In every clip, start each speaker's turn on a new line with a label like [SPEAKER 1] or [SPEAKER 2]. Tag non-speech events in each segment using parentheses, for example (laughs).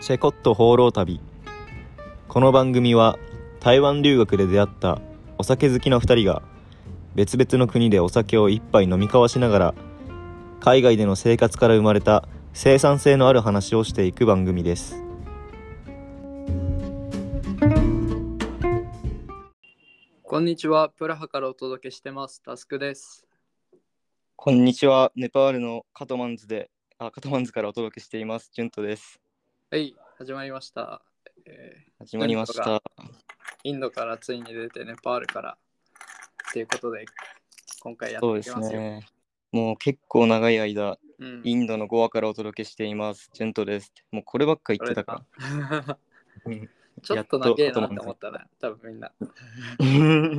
[SPEAKER 1] チェコット放浪旅この番組は台湾留学で出会ったお酒好きの2人が別々の国でお酒を一杯飲み交わしながら海外での生活から生まれた生産性のある話をしていく番組です
[SPEAKER 2] こんにちは、プラハからお届けしてます。タスクです。
[SPEAKER 1] こんにちはネパールのカトマンズであカトマンズからお届けしていますジュントです
[SPEAKER 2] はい、始まりました。え
[SPEAKER 1] 始
[SPEAKER 2] まりましたーインドからついに出て、ネパールから。ということで、今回やっていきますよ。
[SPEAKER 1] ねもう結構長い間
[SPEAKER 2] うん、
[SPEAKER 1] インドのゴアからお届けしていますジュントですもうこればっか言って
[SPEAKER 2] (laughs)
[SPEAKER 1] たから
[SPEAKER 2] ら。
[SPEAKER 1] うん
[SPEAKER 2] (laughs) ちょっと長えなって思ったら、多分みんな。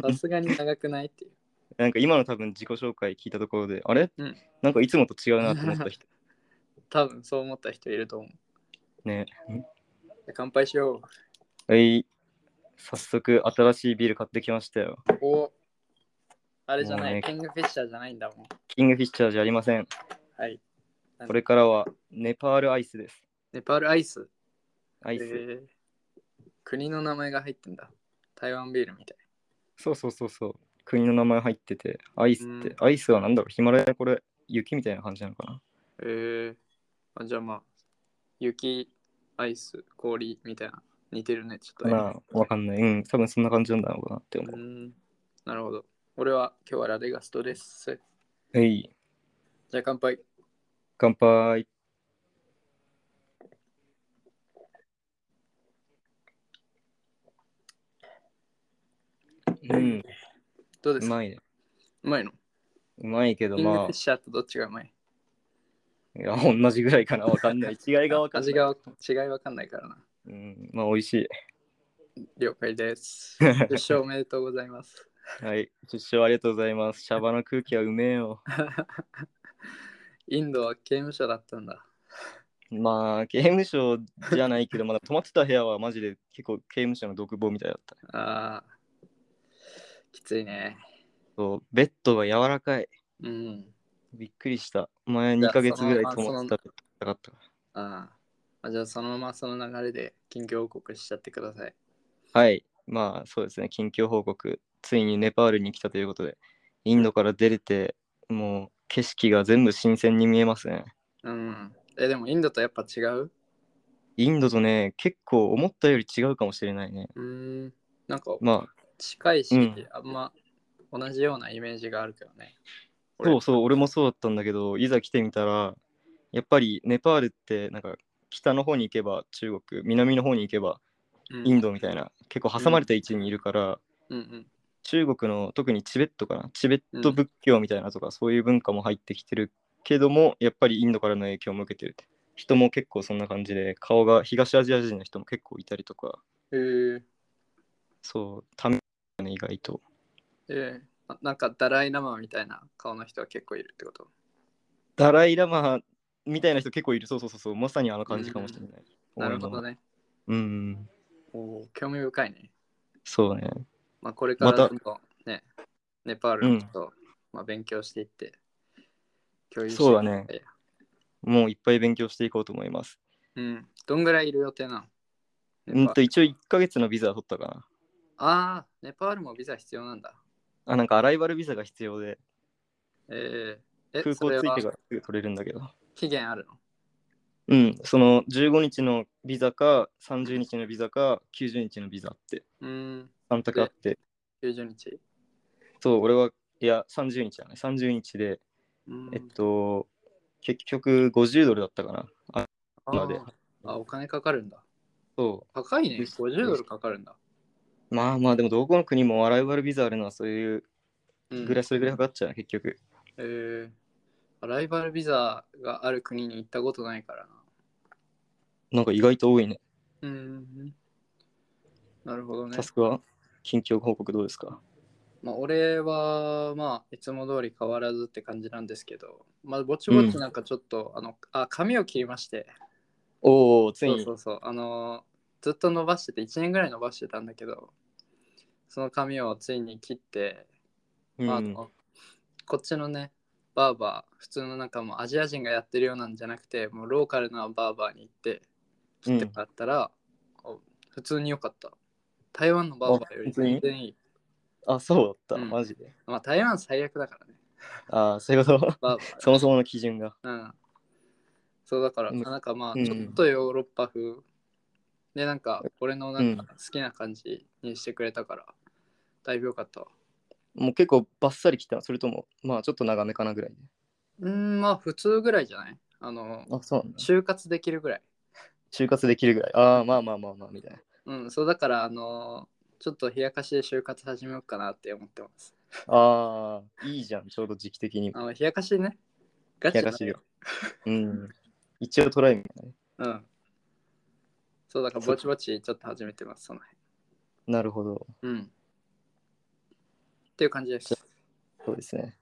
[SPEAKER 2] さすがに長くないっていう。 (laughs)
[SPEAKER 1] なんか今の多分自己紹介聞いたところで、あれ、
[SPEAKER 2] うん
[SPEAKER 1] なんかいつもと違うなと思っ
[SPEAKER 2] (laughs)
[SPEAKER 1] た人。
[SPEAKER 2] 多分そう思った人いると思う。
[SPEAKER 1] ね。
[SPEAKER 2] で乾杯しよ
[SPEAKER 1] はい。早速新しいビール買ってきましたよ。
[SPEAKER 2] う。おあれじゃない、
[SPEAKER 1] もうね
[SPEAKER 2] キングフィッシャーじゃないんだもん。
[SPEAKER 1] キングフィッシャーじゃありません。
[SPEAKER 2] はい。
[SPEAKER 1] これからはネパールアイスです。
[SPEAKER 2] ネパールアイス。
[SPEAKER 1] アイス。
[SPEAKER 2] えー国の名前が入ってんだ。台湾ビールみたい。
[SPEAKER 1] そうそうそうそう。国の名前入ってて、アイスって、
[SPEAKER 2] うん
[SPEAKER 1] アイスはなんだろう、ヒマラヤこれ、雪みたいな感じなのかな。
[SPEAKER 2] えー、あじゃあまあ、雪、アイス、氷みたいな、似てるね、ちょっと
[SPEAKER 1] か
[SPEAKER 2] ね。
[SPEAKER 1] なわかんない。うん、多分そんな感じなんだろうなって思
[SPEAKER 2] う
[SPEAKER 1] う。
[SPEAKER 2] んなるほど。俺は今日はラデガストです。
[SPEAKER 1] はい。
[SPEAKER 2] じゃあ乾杯。
[SPEAKER 1] 乾杯。うん、
[SPEAKER 2] どうで
[SPEAKER 1] う
[SPEAKER 2] すか
[SPEAKER 1] まいね。
[SPEAKER 2] うまいの
[SPEAKER 1] うまいけど、
[SPEAKER 2] キングフ
[SPEAKER 1] ま
[SPEAKER 2] ィッシャーとどっちがうまい
[SPEAKER 1] あ、いや、同じぐらいかな。わか (laughs) んない。違いがわかんない。
[SPEAKER 2] 味が違いわかんないからな。
[SPEAKER 1] うん、まあ、美味しい。
[SPEAKER 2] 了解
[SPEAKER 1] (laughs)
[SPEAKER 2] です。受賞おめでとうございます。
[SPEAKER 1] はい。出勝ありがとうございます。シャバの空気はうめえよ。
[SPEAKER 2] インドは刑務所だったんだ。
[SPEAKER 1] まあ、刑務所じゃないけど、まだ泊まってた部屋はマジで結構刑務所の独房みたいだったね。
[SPEAKER 2] ああ、きついね。
[SPEAKER 1] そう、ベッドが柔らかい。
[SPEAKER 2] うん。
[SPEAKER 1] びっくりした。前
[SPEAKER 2] いや
[SPEAKER 1] 2ヶ月ぐらい
[SPEAKER 2] その
[SPEAKER 1] 泊まってたなかったか
[SPEAKER 2] あーあ、じゃあそのままその流れで近況報告しちゃってください。
[SPEAKER 1] ら。はい。まあ、そうですね。近況報告。ついにネパールに来たということで、インドから出れて、もう景色が全部新鮮に見えますね。
[SPEAKER 2] うん。え、でもインドとやっぱ違う
[SPEAKER 1] インドとね、結構思ったより違うかもしれないね。
[SPEAKER 2] うーん。なんか
[SPEAKER 1] まあ、
[SPEAKER 2] 近いし、
[SPEAKER 1] うん
[SPEAKER 2] あんま同じようなイメージがあるけどね。俺
[SPEAKER 1] そうそう、俺もそうだったんだけど、いざ来てみたら、やっぱりネパールって、なんか北の方に行けば中国、南の方に行けば
[SPEAKER 2] うん、
[SPEAKER 1] インドみたいな、結構挟まれた位置にいるから、
[SPEAKER 2] うんうん。
[SPEAKER 1] 中国の特にチベットかなチベット仏教みたいなとか、そういう文化も入ってきてるけどもやっぱりインドからの影響も受けてる人も結構そんな感じで顔が東アジア人の人も結構いたりとか
[SPEAKER 2] えー、
[SPEAKER 1] そうためね意外と
[SPEAKER 2] えーな、なんかダライラマみたいな顔の人は結構いるってこと。
[SPEAKER 1] ダライ・ラマみたいな人結構いるそうそうそうそうまさにあの感じかもしれない、
[SPEAKER 2] なるほど
[SPEAKER 1] ね
[SPEAKER 2] ね。
[SPEAKER 1] うん
[SPEAKER 2] おー興味深いね。
[SPEAKER 1] そうね
[SPEAKER 2] まあ、これから
[SPEAKER 1] また
[SPEAKER 2] どんどんね、ネパールのことを、まあ、勉強していって、共有してい
[SPEAKER 1] そうだね
[SPEAKER 2] って
[SPEAKER 1] もういっぱい勉強していこうと思います
[SPEAKER 2] うん。どんぐらいいる予定なの
[SPEAKER 1] うん
[SPEAKER 2] ネパール
[SPEAKER 1] と一応1ヶ月のビザは取ったかな
[SPEAKER 2] ああ、ネパールもビザ必要なんだ。
[SPEAKER 1] あなんかアライバルビザが必要で
[SPEAKER 2] えー、え
[SPEAKER 1] 空港
[SPEAKER 2] それ
[SPEAKER 1] 着い
[SPEAKER 2] は
[SPEAKER 1] てからすぐ取れるんだけど
[SPEAKER 2] 期限あるの
[SPEAKER 1] うん、その15日のビザか30日のビザか90日のビザって
[SPEAKER 2] うーん、
[SPEAKER 1] 3択あって
[SPEAKER 2] 90日。
[SPEAKER 1] そう俺はいや30日だね30日で
[SPEAKER 2] うーん
[SPEAKER 1] えっと結局50ドルだったかなあ
[SPEAKER 2] あ
[SPEAKER 1] まで
[SPEAKER 2] ーあ、お金かかるんだ。
[SPEAKER 1] そ
[SPEAKER 2] 高いね。
[SPEAKER 1] です
[SPEAKER 2] 50ドルかかるんだ。
[SPEAKER 1] うまあまあでもどこの国もアライバルビザあるのはそういう
[SPEAKER 2] うん
[SPEAKER 1] ぐらいそれぐらいかかっちゃうな結局
[SPEAKER 2] えー、アライバルビザがある国に行ったことないからな。
[SPEAKER 1] なんか意外と多いね
[SPEAKER 2] うーん。なるほどね
[SPEAKER 1] タ。スクは近況報告どうですか
[SPEAKER 2] まあ、俺は、まあ、いつも通り変わらずって感じなんですけど、まあ、ぼちぼちなんかちょっと、あの、あ、髪を切りまして、
[SPEAKER 1] おおつい
[SPEAKER 2] そう
[SPEAKER 1] に
[SPEAKER 2] そうそう、あのーずっと伸ばしてて、1年ぐらい伸ばしてたんだけど、その髪をついに切って、
[SPEAKER 1] うん
[SPEAKER 2] まああのこっちのねバーバー普通のなんかもうアジア人がやってるようなんじゃなくてもうローカルなバーバーに行って食ってもらったら、あ普通に良かった。台湾のバーバーより全然いい。
[SPEAKER 1] あ、そうだった、
[SPEAKER 2] うん
[SPEAKER 1] マジで。
[SPEAKER 2] まあ台湾最悪だからね。
[SPEAKER 1] あーそういうこと (laughs)
[SPEAKER 2] バーバー。
[SPEAKER 1] そもそもの基準が。
[SPEAKER 2] うん。そうだから、
[SPEAKER 1] うん
[SPEAKER 2] なんかまあ、
[SPEAKER 1] うん
[SPEAKER 2] ちょっとヨーロッパ風、で、なんか、俺のなんか
[SPEAKER 1] うん
[SPEAKER 2] 好きな感じにしてくれたから、だいぶ良かったわ。
[SPEAKER 1] もう結構バッサリ切ったのそれとも、まあちょっと長めかなぐらいで。
[SPEAKER 2] うん、まあ、普通ぐらいじゃないあの、
[SPEAKER 1] あ、そうなんだ。
[SPEAKER 2] 就活できるぐらい。
[SPEAKER 1] 就活できるぐらい。ああ、まあまあまあまあ、みたいな。
[SPEAKER 2] うん、そうだから、あの、ちょっと冷やかしで就活始めようかなって思ってます。
[SPEAKER 1] ああ、いいじゃん、ちょうど時期的に。
[SPEAKER 2] あの、冷やかしね。ガチ
[SPEAKER 1] 冷
[SPEAKER 2] だ
[SPEAKER 1] やかしよ。うん。一応トライみたいなね。
[SPEAKER 2] うん。そうだから、ぼちぼちちょっと始めてます、その
[SPEAKER 1] なるほど。
[SPEAKER 2] 辺。うん。っていう感じです。
[SPEAKER 1] そうですね。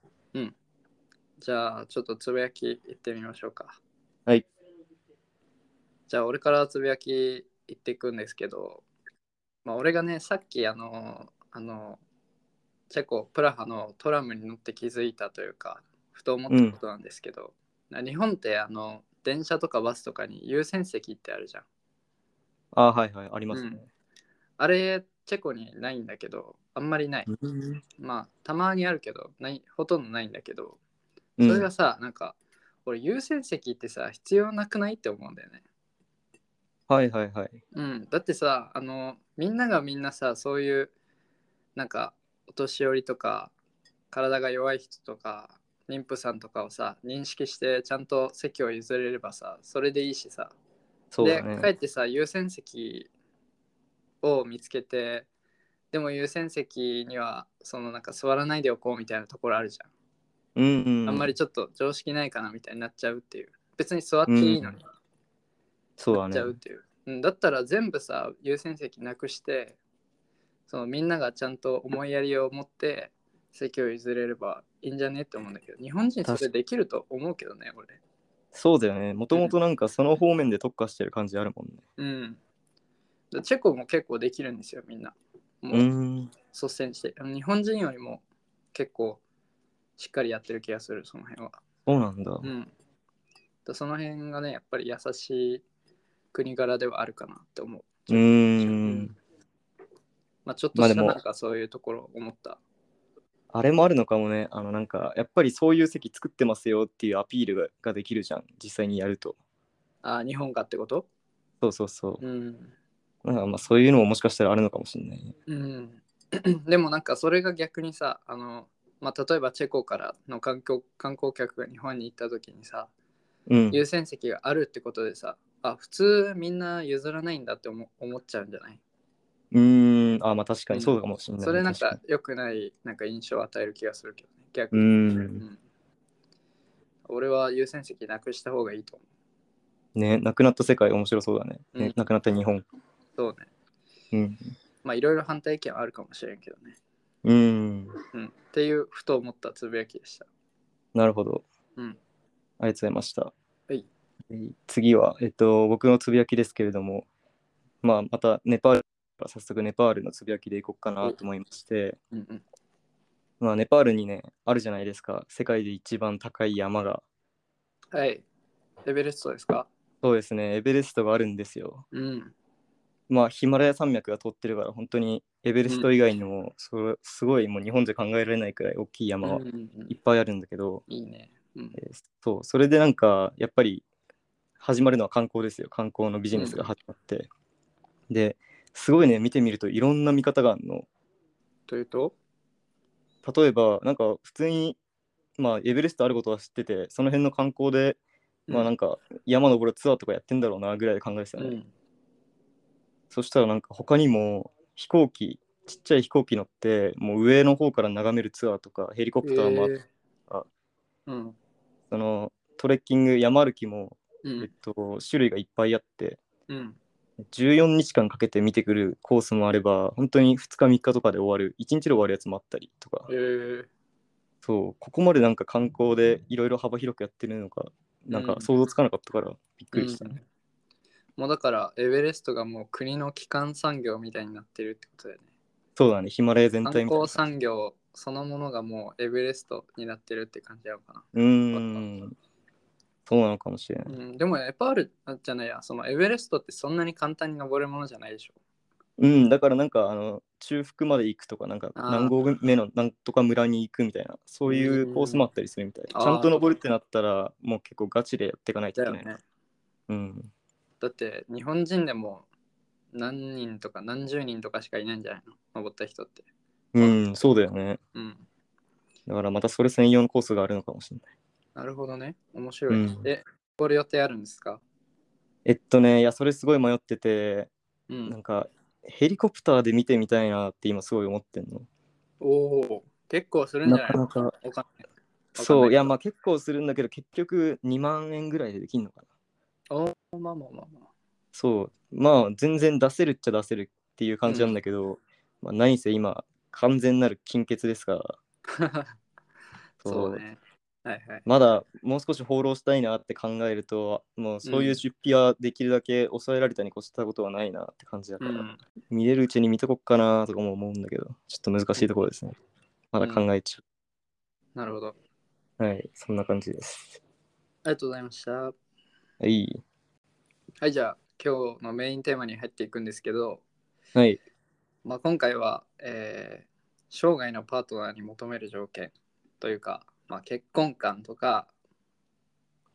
[SPEAKER 2] じゃあ、ちょっとつぶやき行ってみましょうか。
[SPEAKER 1] はい。
[SPEAKER 2] じゃあ、俺からつぶやき行っていくんですけど、まあ、俺がね、さっき、あの、あの、チェコ、プラハのトラムに乗って気づいたというか、ふと思ったことなんですけど、な日本って、あの、電車とかバスとかに優先席ってあるじゃん。
[SPEAKER 1] ああ、はいはい、ありますね。
[SPEAKER 2] あれ、チェコにないんだけど、あんまりない。
[SPEAKER 1] うん。
[SPEAKER 2] まあ、たまにあるけど、ないほとんどないんだけど、
[SPEAKER 1] う
[SPEAKER 2] それが
[SPEAKER 1] ん、
[SPEAKER 2] さ、なんか、俺、優先席ってさ、必要なくないって思うんだよね。
[SPEAKER 1] はいはいはい。
[SPEAKER 2] うん。だってさ、あの、みんながみんなさ、そういう、なんか、お年寄りとか、体が弱い人とか、妊婦さんとかをさ、認識して、ちゃんと席を譲れればさ、それでいいしさ。
[SPEAKER 1] そう
[SPEAKER 2] で、
[SPEAKER 1] だ
[SPEAKER 2] 帰っ
[SPEAKER 1] ね。
[SPEAKER 2] てさ、優先席を見つけて、でも優先席には、そのなんか座らないでおこうみたいなところあるじゃん。
[SPEAKER 1] うん、うん。
[SPEAKER 2] あんまりちょっと常識ないかなみたいになっちゃうっていう。別に座っていいのに
[SPEAKER 1] そう
[SPEAKER 2] なっ
[SPEAKER 1] だ
[SPEAKER 2] ち
[SPEAKER 1] ね
[SPEAKER 2] ゃ。うっていう。うん、だったら全部さ、優先席なくして、そのみんながちゃんと思いやりを持って席を譲れればいいんじゃねって思うんだけど、日本人それできると思うけどね、俺。
[SPEAKER 1] そうだよね。もともとなんかその方面で特化してる感じあるもんね。
[SPEAKER 2] うん。だチェコも結構できるんですよ、みんな。も
[SPEAKER 1] う。
[SPEAKER 2] うん率先して。あの日本人よりも結構しっかりやってる気がする、その辺は。
[SPEAKER 1] そうなんだ
[SPEAKER 2] う。ん、とその辺がねやっぱり優しい国柄ではあるかなって思う、う
[SPEAKER 1] う。
[SPEAKER 2] んまあ、ちょっと
[SPEAKER 1] まあ
[SPEAKER 2] し
[SPEAKER 1] で
[SPEAKER 2] た
[SPEAKER 1] も
[SPEAKER 2] なんかそういうところを思った、
[SPEAKER 1] あれもあるのかもね。あのなんかやっぱりそういう席作ってますよっていうアピールがができるじゃん。実際にやると。
[SPEAKER 2] あ日本がってこと
[SPEAKER 1] そうそうそ
[SPEAKER 2] うん、
[SPEAKER 1] う。なんかまあそういうのももしかしたらあるのかもしれないね。
[SPEAKER 2] うん、でもなんかそれが逆にさあの、まあ、例えばチェコからの観光観光客が日本に行った時にさ
[SPEAKER 1] うん。
[SPEAKER 2] 優先席があるってことでさあ普通みんな譲らないんだって思思っちゃうんじゃない
[SPEAKER 1] うん。あ、まあ確かにそうかもしれないね。
[SPEAKER 2] それなん
[SPEAKER 1] 確
[SPEAKER 2] か良くないなんか印象を与える気がするけどね逆
[SPEAKER 1] に。う
[SPEAKER 2] に
[SPEAKER 1] ん。
[SPEAKER 2] 俺は優先席なくした方がいいと思
[SPEAKER 1] ね、なくなった世界面白そうだね。
[SPEAKER 2] うん
[SPEAKER 1] ね、なくなった日本。
[SPEAKER 2] う。そうね。
[SPEAKER 1] うん。
[SPEAKER 2] まあいろいろ反対意見はあるかもしれんけどね。
[SPEAKER 1] うん。
[SPEAKER 2] うん。っていうふと思ったつぶやきでした。
[SPEAKER 1] なるほど。
[SPEAKER 2] うん。
[SPEAKER 1] ありがとうございました。
[SPEAKER 2] い
[SPEAKER 1] はい次は、えっと、僕のつぶやきですけれども、まあ、またネパールから早速ネパールのつぶやきでいこうかなと思いまして、
[SPEAKER 2] うんうん。
[SPEAKER 1] まあ、ネパールにね、あるじゃないですか、世界で一番高い山が。
[SPEAKER 2] はい。エベレストですか
[SPEAKER 1] そうですね、エベレストがあるんですよ。
[SPEAKER 2] うん。
[SPEAKER 1] まあ、ヒマラヤ山脈が通ってるから、本当にエベレスト以外にも、それすごいもう日本じゃ考えられないくらい大きい山
[SPEAKER 2] うんう
[SPEAKER 1] は
[SPEAKER 2] んうん
[SPEAKER 1] いっぱいあるんだけど、
[SPEAKER 2] いいね。うん。
[SPEAKER 1] えーそう、それでなんか、やっぱり始まるのは観光ですよ。観光のビジネスが始まって。で、すごいね、見てみるといろんな見方があるの。
[SPEAKER 2] というと
[SPEAKER 1] 例えば、なんか普通に、まあ、エベレストあることは知ってて、その辺の観光で、まあなんか山登るツアーとかやってんだろうなぐらいで考えてた
[SPEAKER 2] う
[SPEAKER 1] ね。
[SPEAKER 2] ん。
[SPEAKER 1] そしたらなんか他にも飛行機、ちっちゃい飛行機乗って、もう上の方から眺めるツアーとか、ヘリコプターもあって、
[SPEAKER 2] えーうん。
[SPEAKER 1] そのトレッキング、山歩きも、
[SPEAKER 2] う
[SPEAKER 1] えっ
[SPEAKER 2] ん。
[SPEAKER 1] と、種類がいっぱいあって、
[SPEAKER 2] うん。
[SPEAKER 1] 14日間かけて見てくるコースもあれば本当に2日3日とかで終わる1日で終わるやつもあったりとか
[SPEAKER 2] えー
[SPEAKER 1] そうここまでなんか観光でいろいろ幅広くやってるのかなんか
[SPEAKER 2] うん
[SPEAKER 1] 想像つかなかったからびっくりした
[SPEAKER 2] うん
[SPEAKER 1] ね、
[SPEAKER 2] もうだから、エベレストがもう国の基幹産業みたいになってるってことだよね。
[SPEAKER 1] そうだねヒマラヤ全
[SPEAKER 2] 観
[SPEAKER 1] 体みたいな
[SPEAKER 2] 光産業そのものがもうエベレストになってるって感じなのかな。
[SPEAKER 1] うーんそうなのかもしれな
[SPEAKER 2] う
[SPEAKER 1] い。
[SPEAKER 2] ん、でもネパールあじゃないや、そのエベレストってそんなに簡単に登るものじゃないでしょ。
[SPEAKER 1] うん、だからなんか、あの、中腹まで行くとか、なんか、
[SPEAKER 2] あー
[SPEAKER 1] 何合目のなんとか村に行くみたいな、そういうコースもあったりするみたい。ち
[SPEAKER 2] うん
[SPEAKER 1] ゃんと登るってなったら、もう結構ガチでやっていかないとい
[SPEAKER 2] だ
[SPEAKER 1] け
[SPEAKER 2] よ
[SPEAKER 1] ない。
[SPEAKER 2] ね。
[SPEAKER 1] うん。
[SPEAKER 2] だって日本人でも何人とか何十人とかしかいないんじゃないの登った人って。
[SPEAKER 1] うん、そうだよね。
[SPEAKER 2] うん。
[SPEAKER 1] だからまたそれ専用のコースがあるのかもしれない。
[SPEAKER 2] なるほどね。面白い。
[SPEAKER 1] うん
[SPEAKER 2] え、登る予定あるんですか
[SPEAKER 1] えっとね、いや、それすごい迷ってて、
[SPEAKER 2] う
[SPEAKER 1] なん
[SPEAKER 2] ん。
[SPEAKER 1] か、ヘリコプターで見てみたいなって今すごい思ってんの。
[SPEAKER 2] おおー、結構するんじゃ
[SPEAKER 1] な
[SPEAKER 2] ない
[SPEAKER 1] か
[SPEAKER 2] の
[SPEAKER 1] なか。
[SPEAKER 2] お金。
[SPEAKER 1] そう、いや、
[SPEAKER 2] ま
[SPEAKER 1] まあ結構するんだけど、結局2万円ぐらいでできんのかな。
[SPEAKER 2] あまあまあまあまあ。
[SPEAKER 1] そう、まあ全然出せるっちゃ出せるっていう感じなんだけど、まあ何せ今、完全なる金欠ですから、
[SPEAKER 2] そ
[SPEAKER 1] そう
[SPEAKER 2] うね。はいはい。
[SPEAKER 1] まだもう少し放浪したいなって考えると、もうそういう出費はできるだけ抑えられたに越したことはないなって感じだか
[SPEAKER 2] う
[SPEAKER 1] ら、
[SPEAKER 2] ん。
[SPEAKER 1] 見れるうちに見とこっかなとかも思うんだけど、ちょっと難しいところですね。まだ考え中。
[SPEAKER 2] なるほど。あ
[SPEAKER 1] はい、そんな感じです。
[SPEAKER 2] りがとうございました。
[SPEAKER 1] はい。
[SPEAKER 2] はい、じゃあ今日のメインテーマに入っていくんですけど、
[SPEAKER 1] はい。
[SPEAKER 2] まあ、今回は、えー生涯のパートナーに求める条件というか、まあ、結婚観とか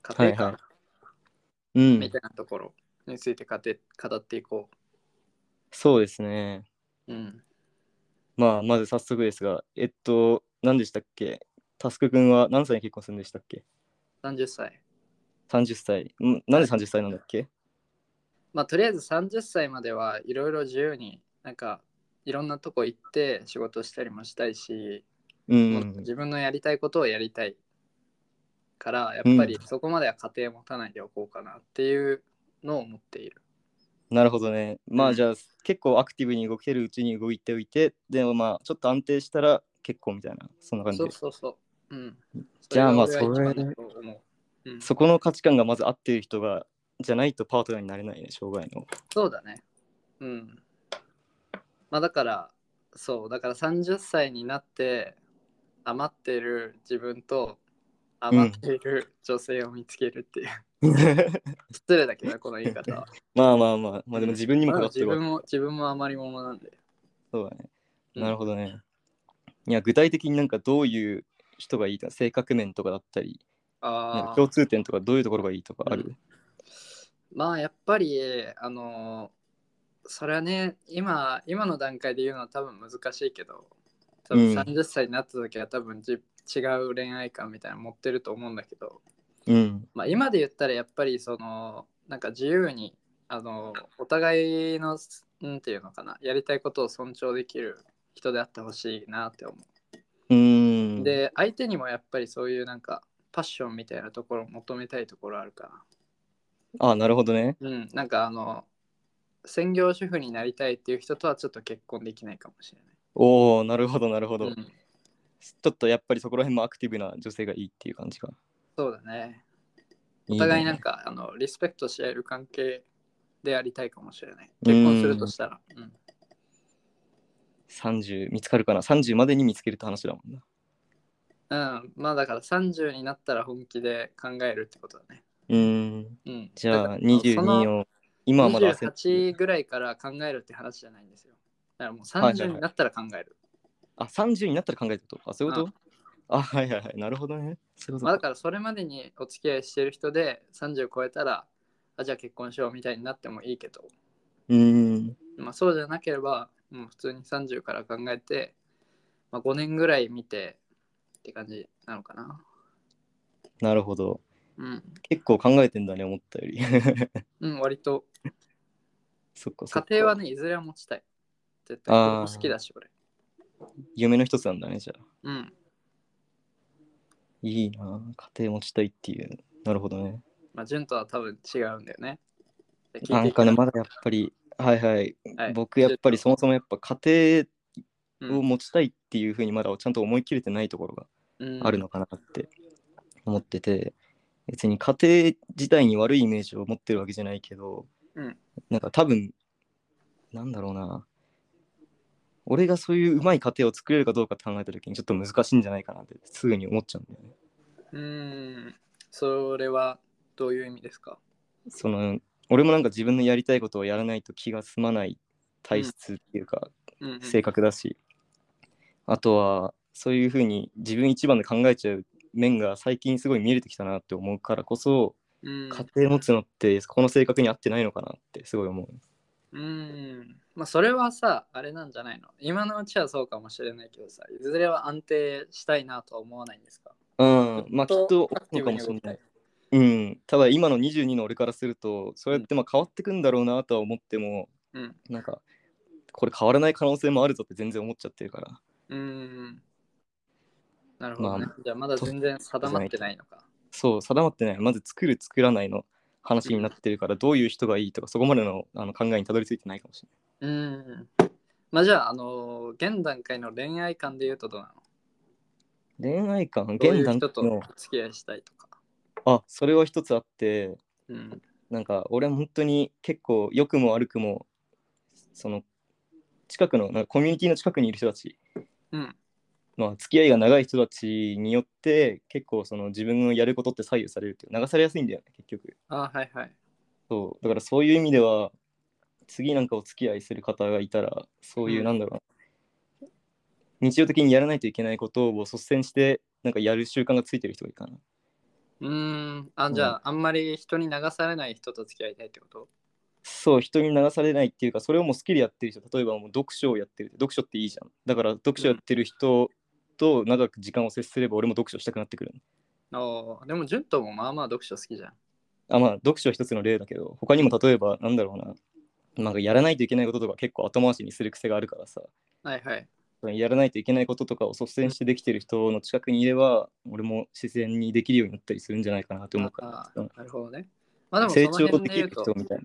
[SPEAKER 2] 家庭
[SPEAKER 1] はい
[SPEAKER 2] 観
[SPEAKER 1] う
[SPEAKER 2] み
[SPEAKER 1] ん
[SPEAKER 2] た。いなところについて語って語っていこ
[SPEAKER 1] そうですね。
[SPEAKER 2] う。うん、
[SPEAKER 1] まあ、まず早速ですが、えっと、何でしたっけタスク君は何歳に結婚するんでしたっけ
[SPEAKER 2] 30歳。
[SPEAKER 1] 30歳。んなんで30歳なんだっけ
[SPEAKER 2] まあ、とりあえず30歳まではいろいろ自由になんかいろんなとこ行って仕事したりもしたいし、
[SPEAKER 1] う
[SPEAKER 2] もっと
[SPEAKER 1] ん。
[SPEAKER 2] 自分のやりたいことをやりたいからやっぱり
[SPEAKER 1] う
[SPEAKER 2] そこまでは家庭持たないでおこうかなっていうのを思っている。
[SPEAKER 1] なるほどね。ま
[SPEAKER 2] うん
[SPEAKER 1] あ、じゃあ、結構アクティブに動けるうちに動いておいて、でもまあ、ちょっと安定したら結婚みたいな、そんな感じ
[SPEAKER 2] そう
[SPEAKER 1] で。
[SPEAKER 2] そうそう。うん。
[SPEAKER 1] じゃあまあ
[SPEAKER 2] それが俺は一番だと思ううん
[SPEAKER 1] そこの価値観がまず合ってる人が、じゃないとパートナーになれないね、障害の。
[SPEAKER 2] そうだね。うん。まあだから、そう、だから30歳になって余っている自分と余っている女性を見つけるっていう。失礼だけどね、この言い方
[SPEAKER 1] (laughs)
[SPEAKER 2] は。
[SPEAKER 1] まあまあまあ、まあでも自分にもか
[SPEAKER 2] まあ
[SPEAKER 1] かって
[SPEAKER 2] 自
[SPEAKER 1] るわ
[SPEAKER 2] 分も、自分も余り者なんで。
[SPEAKER 1] そうだね。
[SPEAKER 2] うん
[SPEAKER 1] なるほどね。いや、具体的になんかどういう人がいいとか、性格面とかだったり、なん
[SPEAKER 2] あ
[SPEAKER 1] か
[SPEAKER 2] あ
[SPEAKER 1] 共。通点とかどういうところがいいとかある。
[SPEAKER 2] まあやっぱり、あのそれはね、今、今の段階で言うのは多分難しいけど、多分
[SPEAKER 1] うん
[SPEAKER 2] 30歳になった時は多分じ、違う恋愛観みたいなの持ってると思うんだけど、
[SPEAKER 1] うん。
[SPEAKER 2] まあ、今で言ったらやっぱりその、なんか自由に、あのお互いの、なんていうのかな、やりたいことを尊重できる人であってほしいなって思う。
[SPEAKER 1] うん。
[SPEAKER 2] で、相手にもやっぱりそういうなんか、パッションみたいなところを求めたいところあるかな。
[SPEAKER 1] あなるほどね。
[SPEAKER 2] うん、なんかあの専業主婦になりたいっていう人とはちょっと結婚できないかもしれ
[SPEAKER 1] おおなるほど、なるほど、
[SPEAKER 2] ない。うん、
[SPEAKER 1] ちょっとやっぱりそこら辺もアクティブな女性がいいっていう感じが。
[SPEAKER 2] そうだね。お
[SPEAKER 1] いい
[SPEAKER 2] 互いなん
[SPEAKER 1] ね。
[SPEAKER 2] かあのリスペクトし合える関係でありたいかもしれない。
[SPEAKER 1] うん
[SPEAKER 2] 結婚するとしたら。うん、
[SPEAKER 1] 30見つかるかな ?30 までに見つけるって話だもんな。
[SPEAKER 2] うん、まあだから30になったら本気で考えるってことだね。
[SPEAKER 1] うん。
[SPEAKER 2] うん、
[SPEAKER 1] じゃ
[SPEAKER 2] だ
[SPEAKER 1] あ
[SPEAKER 2] からその
[SPEAKER 1] 22を、今はまだ焦って
[SPEAKER 2] 28ぐらいから考えるって話じゃないんですよ。だからもう
[SPEAKER 1] はいはいは
[SPEAKER 2] 30
[SPEAKER 1] い
[SPEAKER 2] になったら考える。
[SPEAKER 1] あ、30になったら考えるってことあ、そういうことあ、はいはいはい。なるほどね。そういうこと
[SPEAKER 2] まあ、だ
[SPEAKER 1] か。
[SPEAKER 2] からそれまでにお付き合いしてる人で30超えたらあじゃあ結婚しようみたいになってもいいけど、
[SPEAKER 1] うん。
[SPEAKER 2] まあ、そうじゃなければもう普通に30から考えて、まあ、5年ぐらい見てって感じなのかな
[SPEAKER 1] なるほど。
[SPEAKER 2] うん、
[SPEAKER 1] 結構考えてんだね、思ったより。 (laughs)
[SPEAKER 2] うん、割と
[SPEAKER 1] そっかそっ
[SPEAKER 2] 家
[SPEAKER 1] か。
[SPEAKER 2] 庭はねいずれは持ちたい絶対
[SPEAKER 1] あ
[SPEAKER 2] 子
[SPEAKER 1] ー
[SPEAKER 2] 供好きだし俺
[SPEAKER 1] 夢の一つなんだね、じゃあ。
[SPEAKER 2] うん
[SPEAKER 1] いいなぁ家庭持ちたいっていう。なるほどね。
[SPEAKER 2] まあ潤とは多分違うんだよねで聞
[SPEAKER 1] ない
[SPEAKER 2] て
[SPEAKER 1] ん
[SPEAKER 2] いく
[SPEAKER 1] かね、まだやっぱり、はいはい。
[SPEAKER 2] はい
[SPEAKER 1] 僕やっぱりそもそもやっぱ家
[SPEAKER 2] う
[SPEAKER 1] 庭を
[SPEAKER 2] ん
[SPEAKER 1] 持ちたいっていうふうにまだちゃんと思い切れてないところが
[SPEAKER 2] うん
[SPEAKER 1] あるのかなって思ってて、別に家庭自体に悪いイメージを持ってるわけじゃないけど、
[SPEAKER 2] うん
[SPEAKER 1] なんか多分、なんだろうな。俺がそういううまい家庭を作れるかどうかって考えた時にちょっと難しいんじゃないかなってすぐに思っちゃうんだよね。
[SPEAKER 2] うんそれはどういう意味ですか
[SPEAKER 1] その俺もなんか自分のやりたいことをやらないと気が済まない体質っていう
[SPEAKER 2] うんう
[SPEAKER 1] か、
[SPEAKER 2] ん
[SPEAKER 1] 性格だし、あとはそういうふうに自分一番で考えちゃう面が最近すごい見えてきたなって思うからこそ、
[SPEAKER 2] うん
[SPEAKER 1] 家庭持つのってこの性格に合ってないのかなってすごい思う。
[SPEAKER 2] うんまあそれはさあれなんじゃないの今のうちはそうかもしれないけどさいずれは安定したいなとは思わないんですか
[SPEAKER 1] うん、まあきっと
[SPEAKER 2] アクティ
[SPEAKER 1] そう
[SPEAKER 2] ブ
[SPEAKER 1] か
[SPEAKER 2] に動
[SPEAKER 1] もしれ
[SPEAKER 2] きた
[SPEAKER 1] ないい。うん、ただ今の22の俺からするとそうやってまあ変わってくんだろうなとは思っても、
[SPEAKER 2] うん
[SPEAKER 1] なんかこれ変わらない可能性もあるぞって全然思っちゃってるから
[SPEAKER 2] うんなるほどね、
[SPEAKER 1] ま
[SPEAKER 2] じゃあまだ全然定まってないのか
[SPEAKER 1] そう定まってないまず作る作らないの話になってるから、どういう人がいいとかそこまでのあの考えにたどり着いてないかもしれない
[SPEAKER 2] うんまあじゃああの現段階の恋愛観で言うとどうなの
[SPEAKER 1] 恋愛観
[SPEAKER 2] どうい
[SPEAKER 1] 現
[SPEAKER 2] う
[SPEAKER 1] 段
[SPEAKER 2] 人
[SPEAKER 1] 階
[SPEAKER 2] と
[SPEAKER 1] の
[SPEAKER 2] お付き合いしたいとか
[SPEAKER 1] あそれは一つあって
[SPEAKER 2] うん
[SPEAKER 1] なんか俺は本当に結構良くも悪くもその近くのなんかコミュニティの近くにいる人たち
[SPEAKER 2] うん
[SPEAKER 1] まあ、付き合いが長い人たちによって結構その自分のやることって左右されるっていう流されやすいんだよね結局
[SPEAKER 2] あはいはい
[SPEAKER 1] そうだからそういう意味では次なんかお付き合いする方がいたらそういううんなんだろうな、日常的にやらないといけないことを率先してなんかやる習慣がついてる人がいいかな
[SPEAKER 2] うんあじゃあ、あんまり人に流されない人と付き合いたいってこと
[SPEAKER 1] そう人に流されないっていうかそれをもう好きでやってる人例えばもう読書をやってる読書っていいじゃんだから読書やってる人と長く時間を接すれば俺も読書したくなってくる
[SPEAKER 2] ああでも潤斗もまあまあ読書好きじゃん
[SPEAKER 1] あまあ、読書は一つの例だけど、他にも例えば、なんだろうな、なんかやらないといけないこととか結構後回しにする癖があるからさ、
[SPEAKER 2] はいはい
[SPEAKER 1] やらないといけないこととかを率先してできてる人の近くにいれば、俺も自然にできるようになったりするんじゃないかなと思うか
[SPEAKER 2] あ
[SPEAKER 1] ら
[SPEAKER 2] ー、なるほどね。まあで
[SPEAKER 1] うん
[SPEAKER 2] も
[SPEAKER 1] 成
[SPEAKER 2] その
[SPEAKER 1] 長
[SPEAKER 2] 辺
[SPEAKER 1] で
[SPEAKER 2] で言
[SPEAKER 1] き
[SPEAKER 2] う
[SPEAKER 1] る
[SPEAKER 2] と、
[SPEAKER 1] 人みたいな。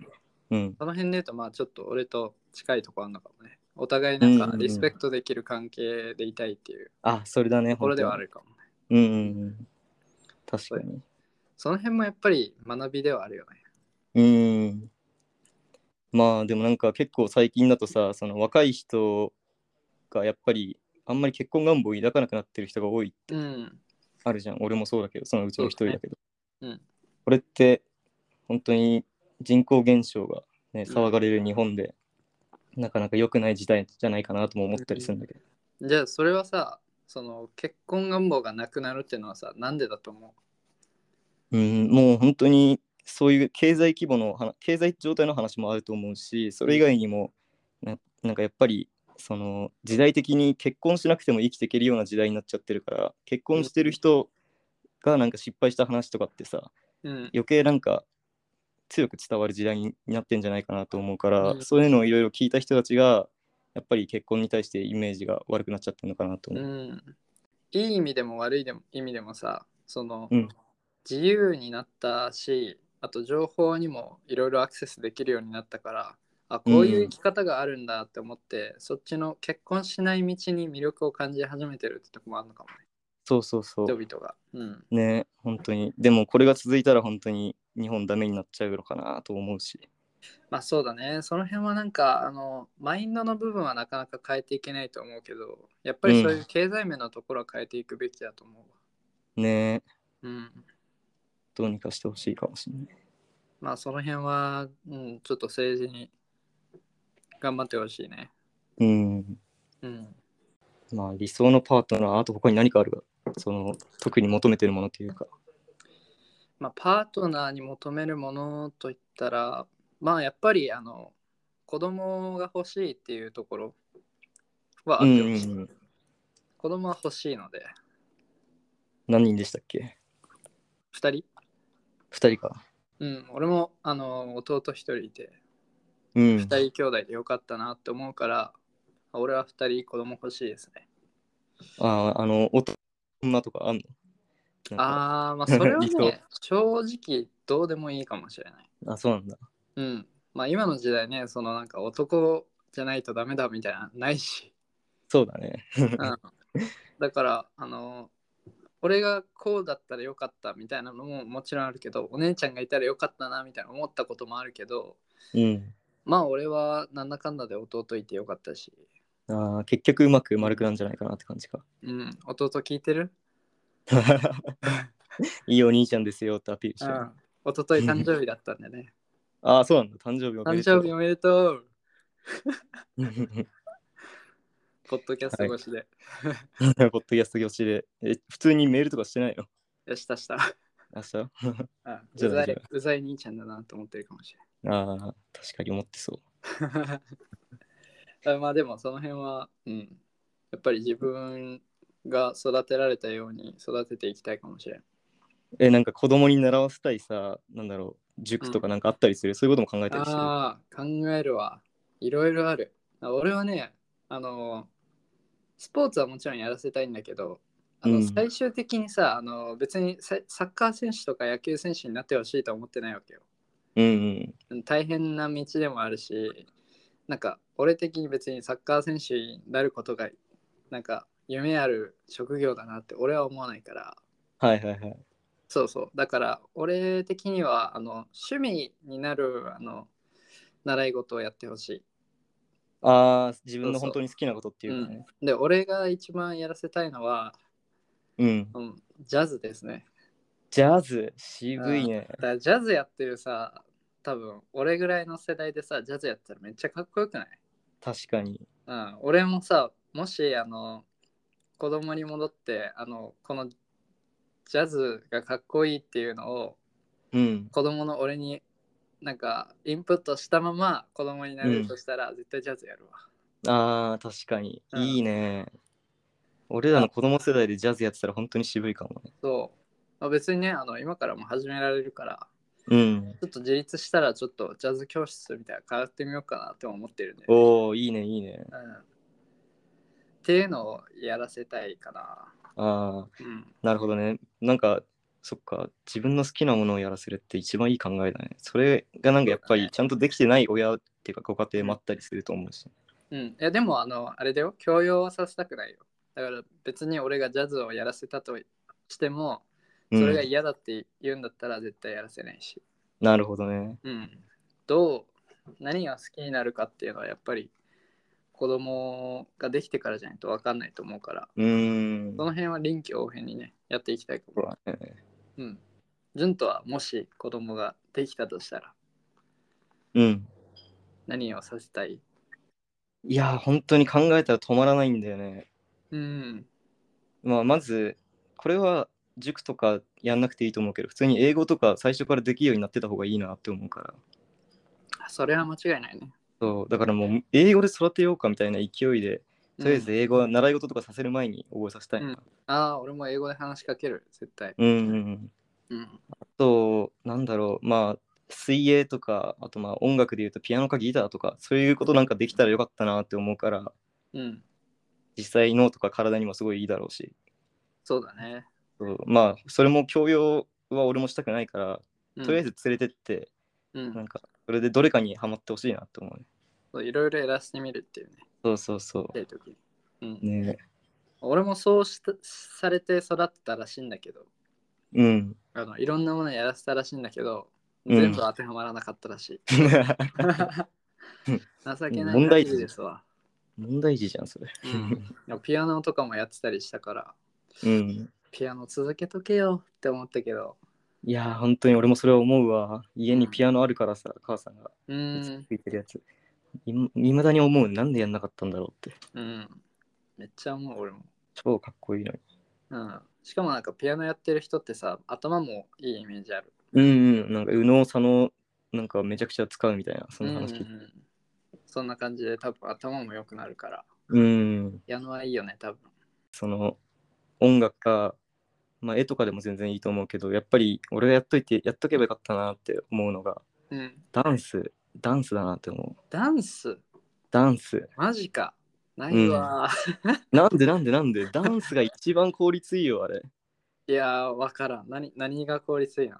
[SPEAKER 1] うん、
[SPEAKER 2] その辺で言うと、まあちょっと俺と近いとこあるのかもね。お互いなんかリスペクトできる関係でいたいっていう
[SPEAKER 1] あ、それだね、
[SPEAKER 2] ところではあ
[SPEAKER 1] る。
[SPEAKER 2] るかもね。
[SPEAKER 1] うんうんうん、確かに。
[SPEAKER 2] その辺もやっぱり学びではあるよね。
[SPEAKER 1] うん。まあでもなんか結構最近だとさ、その若い人がやっぱりあんまり結婚願望を抱かなくなってる人が多い
[SPEAKER 2] うん。
[SPEAKER 1] あるじゃん俺もそうだけどそのうちの一人だけ
[SPEAKER 2] そう
[SPEAKER 1] ど、
[SPEAKER 2] ですねうん
[SPEAKER 1] これって本当に人口減少が、ね、
[SPEAKER 2] うん
[SPEAKER 1] 騒がれる日本で、なかなか良くない時代じゃないかなとも思ったりするんだけど、
[SPEAKER 2] じゃあそれはさ、その結婚願望がなくなるっていうのはさ、なんでだと思
[SPEAKER 1] うん、もう本当にそういう経済規模の話経済状態の話もあると思うしそれ以外にもななんかやっぱりその時代的に結婚しなくても生きていけるような時代になっちゃってるから結婚してる人がなんか失敗した話とかってさ、
[SPEAKER 2] ううん。
[SPEAKER 1] 余計なんか強く伝わる時代になってんじゃないかなと思うから、
[SPEAKER 2] うん
[SPEAKER 1] そういうのをいろいろ聞いた人たちがやっぱり結婚に対してイメージが悪くなっちゃってるのかなと
[SPEAKER 2] う
[SPEAKER 1] 思う。
[SPEAKER 2] ん。いい意味でも悪いでも意味でもさ、その、
[SPEAKER 1] うん
[SPEAKER 2] 自由になったし、あと情報にもいろいろアクセスできるようになったから、あ、こういう生き方があるんだって思って、そっちの結婚しない道に魅力を感じ始めてるってとこもあるのかもね、
[SPEAKER 1] そうそうそう。
[SPEAKER 2] 人々が。うん。
[SPEAKER 1] ね本当に。でもこれが続いたら本当に日本ダメになっちゃうのかなと思うし。
[SPEAKER 2] まあそうだね、その辺はなんか、あの、マインドの部分はなかなか変えていけないと思うけど、やっぱりそういう経済面のところは変えていくべきだと思うわ。
[SPEAKER 1] ね
[SPEAKER 2] うん
[SPEAKER 1] どうにかしてほしいかもしれない。
[SPEAKER 2] まあその辺は、うん、ちょっと政治に頑張ってほしいね。
[SPEAKER 1] うん。
[SPEAKER 2] うん。
[SPEAKER 1] まあ理想のパートナー、あと他に何かあるか。その特に求めてるものというか。
[SPEAKER 2] まあパートナーに求めるものといったら、まあやっぱりあの子供が欲しいっていうところはあ
[SPEAKER 1] う
[SPEAKER 2] っ
[SPEAKER 1] ん
[SPEAKER 2] て
[SPEAKER 1] うん
[SPEAKER 2] ほしい。
[SPEAKER 1] うん。
[SPEAKER 2] 子供は欲しいので、
[SPEAKER 1] 何人でしたっけ
[SPEAKER 2] 2人
[SPEAKER 1] ?2 人か。
[SPEAKER 2] うん、俺もあの弟1人いて、
[SPEAKER 1] うん。
[SPEAKER 2] 2人兄弟でよかったなって思うから、俺は2人子供欲しいですね。
[SPEAKER 1] ああ、あの、音女とかあんのなんか
[SPEAKER 2] ああ、まあそれは
[SPEAKER 1] (laughs) 理想
[SPEAKER 2] ね、正直どうでもいいかもしれない。
[SPEAKER 1] あ、そうなんだ。
[SPEAKER 2] うん。まあ今の時代ね、そのなんか男じゃないとダメだみたいな、ないし。 (laughs)
[SPEAKER 1] そうだね。
[SPEAKER 2] だから、あの、俺がこうだったらよかったみたいなのももちろんあるけど、お姉ちゃんがいたらよかったなみたいな思ったこともあるけど、
[SPEAKER 1] うん。
[SPEAKER 2] まあ俺はなんだかんだで弟いてよかったし。
[SPEAKER 1] あー結局うまく丸くなんじゃないかなって感じか。
[SPEAKER 2] うん、弟聞いてる、
[SPEAKER 1] いいお兄ちゃんですよってアピールして
[SPEAKER 2] う
[SPEAKER 1] る。
[SPEAKER 2] ん、一昨日誕生日だったんで
[SPEAKER 1] (laughs)
[SPEAKER 2] ね。
[SPEAKER 1] ああ、そうなんだ。誕生日おめ
[SPEAKER 2] 誕
[SPEAKER 1] でとう
[SPEAKER 2] 生日おめでとう (laughs) ポッドキャスト越しで。
[SPEAKER 1] (laughs) ポッドキャスト越しで。え、普通にメールとかしてないの
[SPEAKER 2] よしたした。あ
[SPEAKER 1] 明日じゃ
[SPEAKER 2] う
[SPEAKER 1] あ
[SPEAKER 2] ざ
[SPEAKER 1] じゃ
[SPEAKER 2] い、うざい兄ちゃんだなと思ってるかもし
[SPEAKER 1] ああ、確かに思ってそう。
[SPEAKER 2] れない。あ (laughs) まあでもその辺は、うん、やっぱり自分が育てられたように育てていきたいかもしれん。
[SPEAKER 1] え、なんか子供に習わせたいさ、なんだろう、塾とかなんかあったりする、そういうことも考えたりしてる。
[SPEAKER 2] ああ、考えるわ。いろいろある。あ俺はね、あの、スポーツはもちろんやらせたいんだけど、あの
[SPEAKER 1] うん
[SPEAKER 2] 最終的にさ、あの別にササッカー選手とか野球選手になってほしいとは思ってないわけよ。
[SPEAKER 1] うんうん。
[SPEAKER 2] 大変な道でもあるしなんか俺的に別にサッカー選手になることがなんか夢ある職業だなって俺は思わないから
[SPEAKER 1] はいはいはい。
[SPEAKER 2] そうそうだから俺的にはあの趣味になるあの習い事をやってほし
[SPEAKER 1] ああ、自
[SPEAKER 2] そうそ
[SPEAKER 1] 分の
[SPEAKER 2] う
[SPEAKER 1] 本当に好きなことっていうかね。
[SPEAKER 2] いで俺が一番やらせたいのは、
[SPEAKER 1] うん。
[SPEAKER 2] うん、ジャズですね
[SPEAKER 1] ジャズ、渋いね。
[SPEAKER 2] だからジャズやってるさ多分俺ぐらいの世代でさジャズやったらめっちゃかっこよくない
[SPEAKER 1] 確かに。
[SPEAKER 2] うん、俺もさもしあの子供に戻ってあのこのジャズがかっこいいっていうのを
[SPEAKER 1] うん。
[SPEAKER 2] 子供の俺になんかインプットしたまま子供になれるとしたら、絶対ジャズやるわ
[SPEAKER 1] ああ、確かに。
[SPEAKER 2] うん
[SPEAKER 1] いいね。俺らの子供世代でジャズやってたら本当に渋いかもね。
[SPEAKER 2] そう、まあ、別にねあの今からも始められるから
[SPEAKER 1] うん。
[SPEAKER 2] ちょっと自立したらちょっとジャズ教室みたいなの通ってみようかなって思ってるね、うん、っ
[SPEAKER 1] おおいいね、いいね。
[SPEAKER 2] ていうのをやらせたいかな
[SPEAKER 1] ああ、
[SPEAKER 2] うん
[SPEAKER 1] なるほどね。なんか、そっか、自分の好きなものをやらせるって一番いい考えだね。それがなんかやっぱ
[SPEAKER 2] そうだね
[SPEAKER 1] りちゃんとできてない親っていうかご家庭もあったりすると思うし。
[SPEAKER 2] うん、いやでもあのあれだよ強要はさせたくないよだから別に俺がジャズをやらせたとしても
[SPEAKER 1] うん
[SPEAKER 2] それが嫌だって言うんだったら絶対やらせないし、
[SPEAKER 1] なるほどね。
[SPEAKER 2] うん、どう何が好きになるかっていうのはやっぱり子供ができてからじゃないと分かんないと思うから
[SPEAKER 1] うーん。
[SPEAKER 2] その辺は臨機応変にねやっていきたいか
[SPEAKER 1] そう
[SPEAKER 2] も
[SPEAKER 1] だね
[SPEAKER 2] うん潤とはもし子供ができたとしたら
[SPEAKER 1] うん。
[SPEAKER 2] 何をさせたい
[SPEAKER 1] いやー、本当に考えたら止まらないんだよね。
[SPEAKER 2] うん
[SPEAKER 1] まあ、まず、これは塾とかやんなくていいと思うけど、普通に英語とか最初からできるようになってた方がいいなって思うから。
[SPEAKER 2] それは間違いないね
[SPEAKER 1] そう、だからもう英語で育てようかみたいな勢いで、とりあえず英語は習い事とかさせる前に覚えさせたいな。
[SPEAKER 2] ああ、俺も英語で話しかける、絶対。
[SPEAKER 1] うん、うん、うん。
[SPEAKER 2] うん。
[SPEAKER 1] あと、なんだろう、まあ、水泳とか、あとまあ音楽で言うとピアノかギターとか、そういうことなんかできたらよかったなって思うから、
[SPEAKER 2] うん。
[SPEAKER 1] 実際脳とか体にもすごいいいだろうし。
[SPEAKER 2] そうだね。
[SPEAKER 1] そうまあそれも教養は俺もしたくないから、 (laughs) とりあえ
[SPEAKER 2] ず、
[SPEAKER 1] ず連れてって
[SPEAKER 2] う
[SPEAKER 1] なんんかそれでどれかにはまってほしいなって思うね
[SPEAKER 2] そう。いろいろやらせてみるっていうね。
[SPEAKER 1] そうそうそ
[SPEAKER 2] いい時にうん。
[SPEAKER 1] うね
[SPEAKER 2] 俺もそうしたされて育ってたらしいんだけど、
[SPEAKER 1] うん
[SPEAKER 2] あのいろんなものやらせたらしいんだけど、
[SPEAKER 1] うん
[SPEAKER 2] 全部当てはまらなかったら
[SPEAKER 1] (laughs)
[SPEAKER 2] しい。情けない
[SPEAKER 1] 問題
[SPEAKER 2] 限
[SPEAKER 1] 児
[SPEAKER 2] りですわ。
[SPEAKER 1] 問題児じゃんそれ (laughs)
[SPEAKER 2] うん (laughs) ピアノとかもやってたりしたから、
[SPEAKER 1] うん
[SPEAKER 2] ピアノ続けとけよって思ったけど、
[SPEAKER 1] いやー本当に俺もそれは思うわ家にピアノあるからさ母さんが
[SPEAKER 2] う
[SPEAKER 1] い
[SPEAKER 2] ん。
[SPEAKER 1] いてるやついいまだに思うなんでやんなかったんだろうって
[SPEAKER 2] うん。めっちゃ思う、俺も。
[SPEAKER 1] 超かっこいいのに
[SPEAKER 2] うん、しかもなんかピアノやってる人ってさ頭もいいイメージある、
[SPEAKER 1] うんうんなんか右脳左脳なんかめちゃくちゃ使うみたいなそんな話聞いて
[SPEAKER 2] うんそんな感じで多分頭も良くなるから
[SPEAKER 1] うん
[SPEAKER 2] ピアノはいいよね多分
[SPEAKER 1] その音楽か、まあ、絵とかでも全然いいと思うけどやっぱり俺がやっといてやっとけばよかったなって思うのが
[SPEAKER 2] うん
[SPEAKER 1] ダンスダンスだなって思う
[SPEAKER 2] ダンス
[SPEAKER 1] ダンス
[SPEAKER 2] マジかないわ、
[SPEAKER 1] なんでなんでなんでダンスが一番効率いいよあれ
[SPEAKER 2] (laughs) いやーわからん何何が効率いいの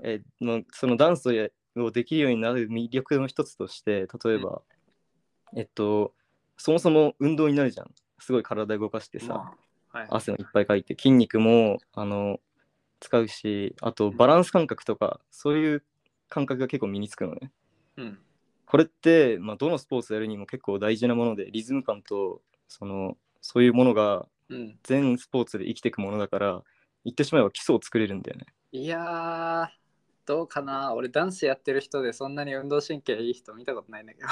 [SPEAKER 1] えまあそのダンスをやをできるようになる魅力の一つとして例えば、えっとそもそも運動になるじゃんすごい体動かしてさ、
[SPEAKER 2] まあはい、
[SPEAKER 1] 汗をいっぱいかいて筋肉もあの使うしあとバランス感覚とかそういう感覚が結構身につくのね
[SPEAKER 2] うん
[SPEAKER 1] これって、まあ、どのスポーツやるにも結構大事なものでリズム感とそのそういうものが
[SPEAKER 2] うん、
[SPEAKER 1] 全スポーツで生きていくものだから言ってしまえば基礎を作れるんだよね
[SPEAKER 2] いやどうかな俺ダンスやってる人でそんなに運動神経いい人見たことないんだ
[SPEAKER 1] (laughs)
[SPEAKER 2] けど。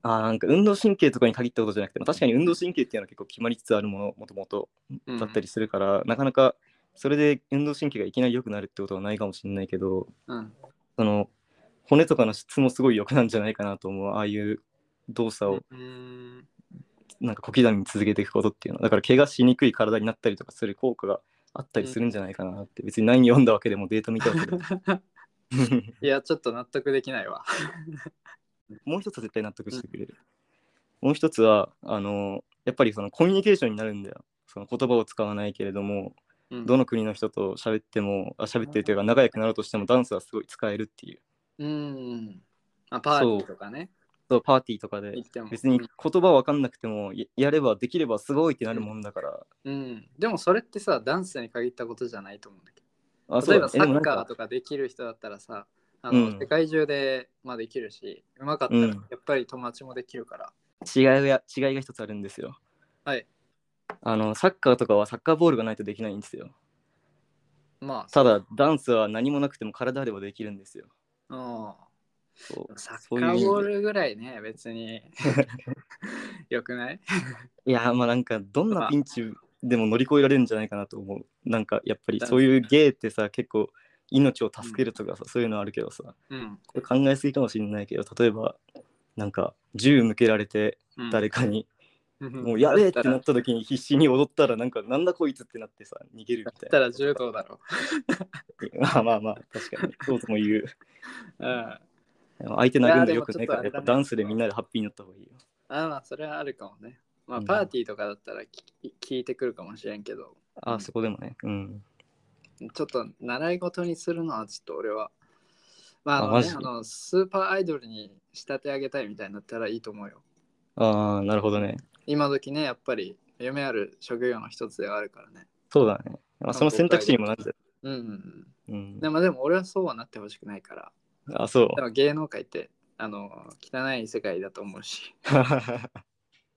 [SPEAKER 1] あーなんか運動神経とかに限ったことじゃなくて、まあ確かに運動神経っていうのは結構決まりつつあるものもともと
[SPEAKER 2] うん
[SPEAKER 1] だったりするから、なかなかそれで運動神経がいきなり良くなるってことはないかもしれないけど
[SPEAKER 2] うん。
[SPEAKER 1] その骨とかの質もすごい良くなんじゃないかなと思うああいう動作を
[SPEAKER 2] うん。
[SPEAKER 1] なんか小刻みに続けていくことっていうのはだから怪我しにくい体になったりとかする効果があったりするんじゃないかなって、別に何読んだわけでもデータ見たわけでも
[SPEAKER 2] (laughs) いや、ちょっと納得できないわ。
[SPEAKER 1] もう一つは絶対納得してくれる、もう一つはあのやっぱりそのコミュニケーションになるんだよその言葉を使わないけれども
[SPEAKER 2] うん
[SPEAKER 1] どの国の人と喋ってもあ喋ってるというか仲良くなろうとしてもダンスはすごい使えるっていう
[SPEAKER 2] うん。まあ、パーティーとかね。
[SPEAKER 1] そうパーティーとかで
[SPEAKER 2] 行っても。
[SPEAKER 1] 別に言葉わかんなくてもややればできればすごいってなるもんだから、
[SPEAKER 2] うん。でもそれってさ、ダンスに限ったことじゃないと思うんだけ
[SPEAKER 1] あ
[SPEAKER 2] ど。
[SPEAKER 1] そう
[SPEAKER 2] 例え
[SPEAKER 1] だ
[SPEAKER 2] ば
[SPEAKER 1] ね
[SPEAKER 2] サ
[SPEAKER 1] えでもな
[SPEAKER 2] ッ
[SPEAKER 1] ん
[SPEAKER 2] カー
[SPEAKER 1] か
[SPEAKER 2] とかできる人だったらさ、あの
[SPEAKER 1] うん
[SPEAKER 2] 世界中で、まあ、できるし、うまかったら
[SPEAKER 1] うん
[SPEAKER 2] やっぱり友達もできるから。
[SPEAKER 1] 違いが違いが一つあるんですよ
[SPEAKER 2] はい
[SPEAKER 1] あのサッカーとかはサッカーボールがないとできないんですよ
[SPEAKER 2] まあ、
[SPEAKER 1] ただダンスは何もなくても体あればできるんですよ
[SPEAKER 2] うん。
[SPEAKER 1] そう
[SPEAKER 2] サッ
[SPEAKER 1] そう
[SPEAKER 2] カ
[SPEAKER 1] いう意味
[SPEAKER 2] ー
[SPEAKER 1] で
[SPEAKER 2] ボールぐらいね、別
[SPEAKER 1] (laughs)
[SPEAKER 2] に。よくない
[SPEAKER 1] いやーまあなんかどんなピンチでも乗り越えられるんじゃないかなと思うなんかやっぱりそういう芸ってさ結構命を助けるとかさ、そういうのあるけどさ
[SPEAKER 2] うん。
[SPEAKER 1] これ考えすぎかもしれないけど例えばなんか銃向けられて
[SPEAKER 2] うん
[SPEAKER 1] 誰かに、
[SPEAKER 2] うん
[SPEAKER 1] もうやべえっ
[SPEAKER 2] だ
[SPEAKER 1] て
[SPEAKER 2] たら
[SPEAKER 1] なった時に必死に踊ったらなんかなんだこいつってなってさ逃げる
[SPEAKER 2] だ (laughs)
[SPEAKER 1] み
[SPEAKER 2] ったた
[SPEAKER 1] い
[SPEAKER 2] ら柔道だろ
[SPEAKER 1] なまあまあまあ確かにそうとも言う
[SPEAKER 2] う。うん。
[SPEAKER 1] 相手殴るのよくな
[SPEAKER 2] いやでもちょっ
[SPEAKER 1] いから
[SPEAKER 2] とあれ
[SPEAKER 1] や
[SPEAKER 2] だ
[SPEAKER 1] っぱ
[SPEAKER 2] ね
[SPEAKER 1] ダンスでみんなでハッピーになった方がいいよ
[SPEAKER 2] あまあ、それはあるかもね。まあ、
[SPEAKER 1] うん
[SPEAKER 2] パーティーとかだったらき聞いてくるかもしれんけど、
[SPEAKER 1] あ
[SPEAKER 2] うん
[SPEAKER 1] そこでもねうん
[SPEAKER 2] ちょっと習い事にするのはちょっと俺は、まああ
[SPEAKER 1] あ
[SPEAKER 2] の
[SPEAKER 1] マ
[SPEAKER 2] ね
[SPEAKER 1] ジ
[SPEAKER 2] あの、スーパーアイドルに仕立て上げたいみたいになったらいいと思うよ。
[SPEAKER 1] ああなるほどね
[SPEAKER 2] 今時ね、やっぱり夢ある職業の一つではあるからね。
[SPEAKER 1] そうだね、まあ、その選択肢にもなって
[SPEAKER 2] うんうんうん。
[SPEAKER 1] うん (laughs)
[SPEAKER 2] でもでも俺はそうはなってほしくないから、(laughs)
[SPEAKER 1] あそう (laughs)
[SPEAKER 2] でも芸能界ってあの汚い世界だと思うし。 (laughs)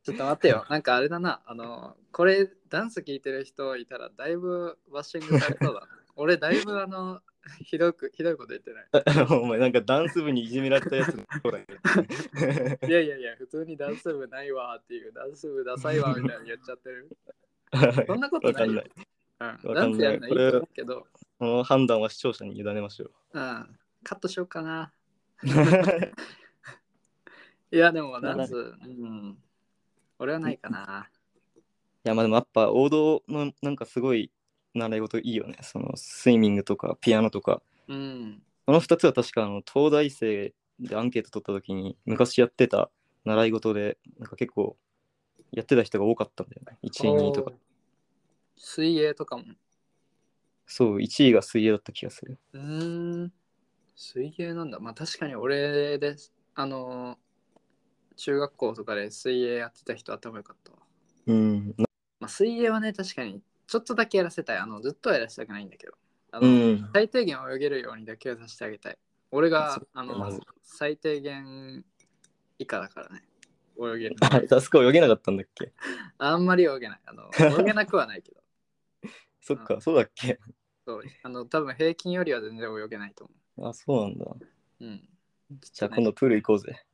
[SPEAKER 2] ちょっと待って
[SPEAKER 1] (laughs)
[SPEAKER 2] よ。なんかあれだな。あの、これ、ダンス聞いてる人いたら、だいぶバッシングされ
[SPEAKER 1] (laughs)
[SPEAKER 2] そうだな。俺、だいぶあの、ひどく、ひどいこと言ってない。
[SPEAKER 1] お前なんかダンス部にいじめられたやつ (laughs) そうだよ
[SPEAKER 2] (laughs) いやいやいや、普通にダンス部ないわーっていう、ダンス部ダサいわーみたいに言っちゃって
[SPEAKER 1] (laughs)
[SPEAKER 2] る。そんなこと
[SPEAKER 1] わ
[SPEAKER 2] な
[SPEAKER 1] か
[SPEAKER 2] い
[SPEAKER 1] ん
[SPEAKER 2] よ
[SPEAKER 1] ない。
[SPEAKER 2] うん、
[SPEAKER 1] わ
[SPEAKER 2] ダ
[SPEAKER 1] かんない
[SPEAKER 2] ンスやるのいいと思うけど、
[SPEAKER 1] この判断は視聴者に委ねましょう
[SPEAKER 2] うん、カットしようかな。
[SPEAKER 1] ない
[SPEAKER 2] や、でもダンス、うん、俺はないかな。
[SPEAKER 1] やまあでもやっぱ王道のなんかすごい習い事いいよねそのスイミングとかピアノとか
[SPEAKER 2] うん。
[SPEAKER 1] この2つは確かあの東大生でアンケート取った時に昔やってた習い事でなんか結構やってた人が多かったんだよね1位2位とか
[SPEAKER 2] おー。水泳とかも。
[SPEAKER 1] そう1位が水泳だった気がする
[SPEAKER 2] うーん、水泳なんだ。まあ確かに俺です。あのー、中学校とかで水泳やってた人頭良かったわ。
[SPEAKER 1] うん
[SPEAKER 2] まあ水泳はね、確かにちょっとだけやらせたい。あの、ずっとはやらせたくないんだけど。あ
[SPEAKER 1] う
[SPEAKER 2] の、
[SPEAKER 1] ん (laughs)
[SPEAKER 2] 最低限泳げるようにだけはさせてあげたい。俺が
[SPEAKER 1] そ、
[SPEAKER 2] あ
[SPEAKER 1] ま
[SPEAKER 2] の
[SPEAKER 1] ず、
[SPEAKER 2] 最低限以下だからね。泳げる。
[SPEAKER 1] あれタスク泳げなかったんだっけ
[SPEAKER 2] あんまり泳げない。あの、泳げなくはない
[SPEAKER 1] (laughs)
[SPEAKER 2] けど。
[SPEAKER 1] そっかそうだっけ
[SPEAKER 2] そう。あの、多分平均よりは全然泳げないと思
[SPEAKER 1] あそうなんだ
[SPEAKER 2] う。うん。
[SPEAKER 1] じゃあ今度プール行こうぜ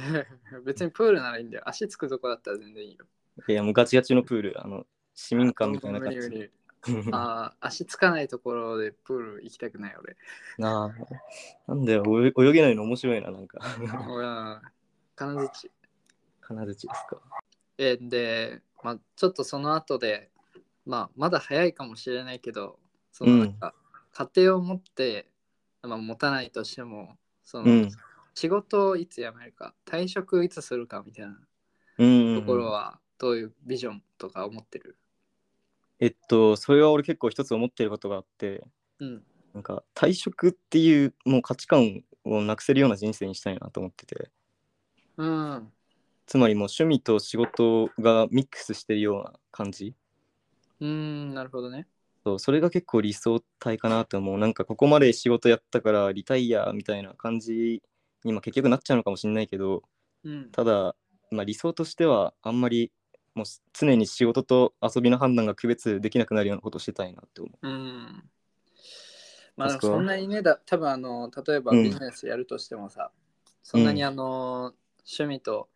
[SPEAKER 2] (laughs) 別にプールならいいんだよ。足つくとこだったら全然いいよ。
[SPEAKER 1] いやもうガチガチのプールあの市民館みたいな感
[SPEAKER 2] 無理無
[SPEAKER 1] じ
[SPEAKER 2] 理
[SPEAKER 1] (laughs)
[SPEAKER 2] ああ、足つかないところでプール行きたくない
[SPEAKER 1] (laughs)
[SPEAKER 2] 俺。
[SPEAKER 1] なあ、なんだよ、泳泳げないの面白いな、なんか。
[SPEAKER 2] 俺は金槌。
[SPEAKER 1] 金槌ですか。
[SPEAKER 2] えーで、まあ、ちょっとその後で、まあ、まだ早いかもしれないけど、そのなんか、家庭を持って、まあ、持たないとしても、その、
[SPEAKER 1] うん
[SPEAKER 2] 仕事をいつ辞めるか、退職いつするかみたいな
[SPEAKER 1] うん。
[SPEAKER 2] ところは、どういうビジョンとか思ってる
[SPEAKER 1] えっと、それは俺結構一つ思ってることがあって、
[SPEAKER 2] うん。
[SPEAKER 1] なんか退職っていうもう価値観をなくせるような人生にしたいなと思ってて、
[SPEAKER 2] うん。
[SPEAKER 1] つまりもう趣味と仕事がミックスしてるような感じ。
[SPEAKER 2] うん、なるほどね。
[SPEAKER 1] そうそれが結構理想体かなと思う。なんかここまで仕事やったからリタイアみたいな感じにまあ結局なっちゃうのかもしれないけど、
[SPEAKER 2] うん。
[SPEAKER 1] ただ、まあ、理想としてはあんまりもうす常に仕事と遊びの判断が区別できなくなるようなことをしてたいなって思
[SPEAKER 2] うん。まあ
[SPEAKER 1] 確か
[SPEAKER 2] そんなにねだ多分あの例えば
[SPEAKER 1] うん
[SPEAKER 2] ビジネスやるとしてもさ、そんなにあの趣味と